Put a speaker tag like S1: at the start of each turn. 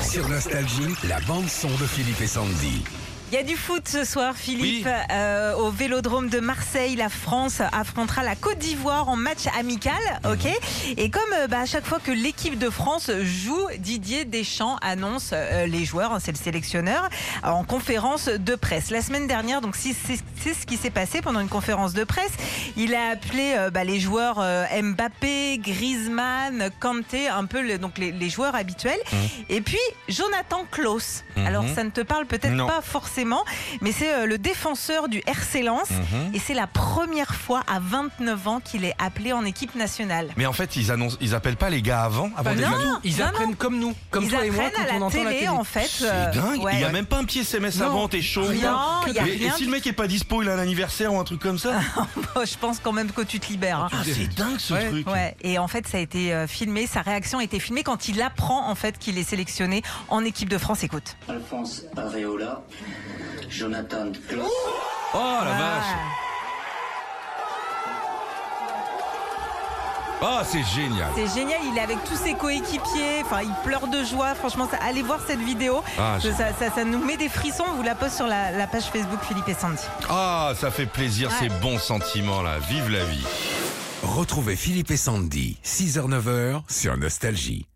S1: Sur Nostalgie, la bande-son de Philippe et Sandy.
S2: Il y a du foot ce soir, Philippe, euh, au Vélodrome de Marseille. La France affrontera la Côte d'Ivoire en match amical, ok Et comme euh, bah, à chaque fois que l'équipe de France joue, Didier Deschamps annonce euh, les joueurs, hein, c'est le sélectionneur, euh, en conférence de presse. La semaine dernière, donc si- c'est c'est ce qui s'est passé pendant une conférence de presse, il a appelé euh, bah, les joueurs euh, Mbappé, Griezmann, Kanté, un peu le- donc les, les joueurs habituels. Et puis Jonathan Klaus. Alors ça ne te parle peut-être
S3: Non.
S2: pas forcément, mais c'est euh, le défenseur du RC Lens.
S3: Mhm.
S2: Et c'est la première fois à 29 ans qu'il est appelé en équipe nationale.
S3: Mais en fait, ils annoncent, ils appellent pas les gars avant, avant
S2: Bah
S3: de les
S2: non,
S3: annon-
S4: Ah Ils
S2: non,
S4: apprennent
S2: non.
S4: comme nous, comme
S2: Ils
S4: toi et moi
S2: apprennent
S4: quand
S2: à
S4: on
S2: la
S4: entend
S2: télé,
S4: la télé.
S2: en fait. euh,
S3: C'est dingue.
S2: ouais.
S3: Il y a même pas un petit SMS
S4: Non.
S3: avant, t'es chaud.
S2: Non, il y a
S3: Mais- et
S2: rien.
S3: si le mec est pas dispo, il a un anniversaire ou un truc comme ça
S2: Je pense quand même que tu te libères. hein.
S3: Ah, C'est dingue ce
S4: Ouais.
S3: truc.
S2: Ouais, et en fait, ça a été euh, filmé, sa réaction a été filmée quand il apprend en fait qu'il est sélectionné en équipe de France. Écoute.
S5: Alphonse Areola, Jonathan Klaus,
S3: Oh la vache
S2: Ah,
S3: Oh, c'est génial
S2: c'est génial, il est avec tous ses coéquipiers, enfin, il pleure de joie. Franchement, ça- allez voir cette vidéo.
S3: Ah,
S2: Parce que ça, ça- ça nous met des frissons. On vous la poste sur la, la page Facebook Philippe et Sandy.
S3: Ah, ça fait plaisir,
S2: Ouais.
S3: ces bons sentiments là. Vive la vie
S1: Retrouvez Philippe et Sandy, 6h-9h sur Nostalgie.